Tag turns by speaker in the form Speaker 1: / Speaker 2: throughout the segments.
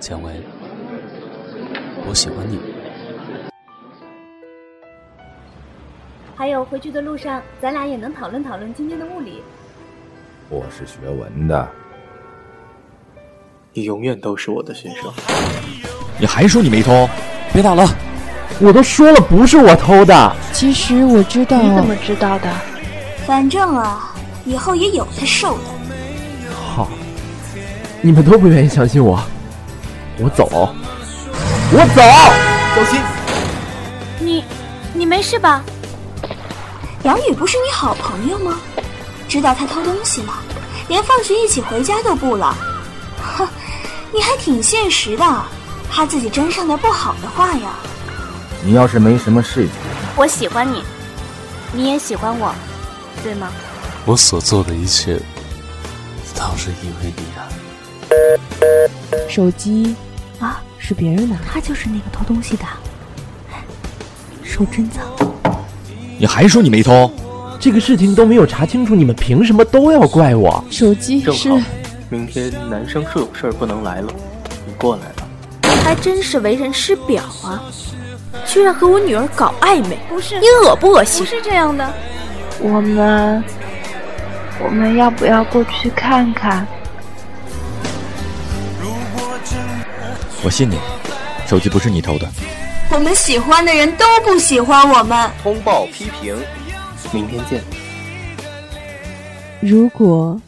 Speaker 1: 姜维，我喜欢你。
Speaker 2: 还有回去的路上，咱俩也能讨论讨论今天的物理。
Speaker 3: 我是学文的，
Speaker 4: 你永远都是我的学生。
Speaker 5: 你还说你没偷？
Speaker 1: 别打了，
Speaker 6: 我都说了不是我偷的。
Speaker 7: 其实我知道。
Speaker 8: 你怎么知道的？
Speaker 9: 反正啊，以后也有他受的。
Speaker 6: 好，你们都不愿意相信我，我走，我走，
Speaker 4: 小心！
Speaker 2: 你，你没事吧？
Speaker 9: 杨宇不是你好朋友吗？知道他偷东西了，连放学一起回家都不了。哼，你还挺现实的，怕自己沾上点不好的话呀。
Speaker 3: 你要是没什么事情，
Speaker 2: 我喜欢你，你也喜欢我，对吗？
Speaker 1: 我所做的一切，都是因为你啊。
Speaker 7: 手机
Speaker 2: 啊，
Speaker 7: 是别人拿的，
Speaker 2: 他就是那个偷东西的，手真脏。
Speaker 5: 你还说你没偷？
Speaker 6: 这个事情都没有查清楚，你们凭什么都要怪我？
Speaker 7: 手机是。
Speaker 4: 明天男生是有事儿不能来了，你过来了。
Speaker 10: 还真是为人师表啊，居然和我女儿搞暧昧，
Speaker 2: 不是
Speaker 10: 你恶不恶心？
Speaker 2: 不是这样的。
Speaker 8: 我们，我们要不要过去看看？
Speaker 5: 我信你，手机不是你偷的。
Speaker 9: 我们喜欢的人都不喜欢我们。
Speaker 4: 通报批评，明天见。
Speaker 7: 如果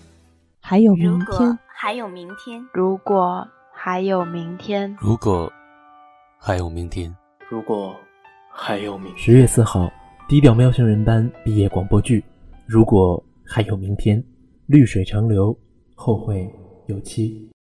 Speaker 7: 还有明
Speaker 2: 天，如果还有明天，
Speaker 8: 如果还有明天，
Speaker 1: 如果还有明天，
Speaker 4: 如果还有明天。
Speaker 6: 十月四号，低调喵星人班毕业广播剧。如果还有明天，绿水长流，后会有期。